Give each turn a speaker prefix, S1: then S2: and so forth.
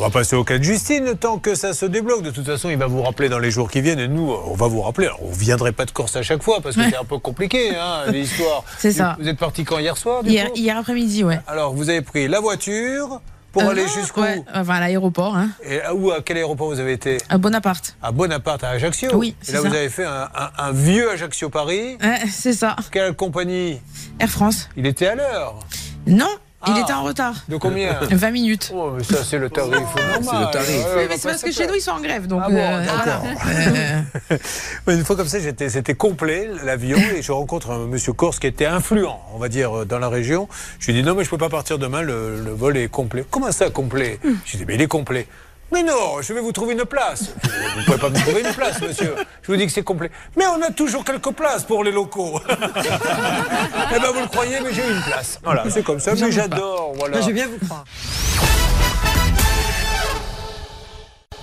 S1: va passer au cas de Justine, le temps que ça se débloque. De toute façon, il va vous rappeler dans les jours qui viennent. Et nous, on va vous rappeler. Alors, on ne viendrait pas de course à chaque fois parce que
S2: Ouais.
S1: c'est un peu compliqué, hein, l'histoire.
S2: C'est
S1: Du-
S2: ça.
S1: Vous êtes parti quand hier soir du
S2: Hier,
S1: coup
S2: hier après-midi, ouais.
S1: Alors, vous avez pris la voiture pour
S2: Euh,
S1: aller
S2: non,
S1: jusqu'où
S2: ouais, Enfin, à l'aéroport, hein.
S1: Et à- où, à quel aéroport vous avez été
S2: à Bonaparte.
S1: À Bonaparte, à Ajaccio.
S2: Oui,
S1: Et
S2: c'est
S1: là,
S2: ça.
S1: vous avez fait un, un- un vieux Ajaccio-Paris.
S2: Ouais, c'est ça,
S1: Quelle compagnie
S2: Air France.
S1: Il était à l'heure.
S2: Non,
S1: Ah.
S2: il était en retard.
S1: De combien
S2: 20 minutes.
S1: Oh, mais ça, c'est le tarif. normal.
S3: c'est le
S1: Ouais,
S3: tarif.
S2: Oui,
S1: on va
S2: mais c'est parce
S1: pas
S2: que
S1: se
S2: chez nous, ils sont en grève. Donc,
S1: Ah bon,
S2: euh,
S1: d'accord.
S2: voilà. Euh,
S1: Ouais, Une fois comme ça, j'étais, c'était complet l'avion et je rencontre un monsieur Corse qui était influent, on va dire, euh, dans la région. Je lui dis non mais je peux pas partir demain, le, le vol est complet. Comment ça complet Je lui dis mais il est complet. Mais non, je vais vous trouver une place. Je dis, Vous ne pouvez pas me trouver une place, monsieur. Je vous dis que c'est complet. Mais on a toujours quelques places pour les locaux. eh ben vous le croyez, mais j'ai une place. Voilà, c'est comme ça. Mais j'adore. Voilà.
S4: Je vais bien vous croire.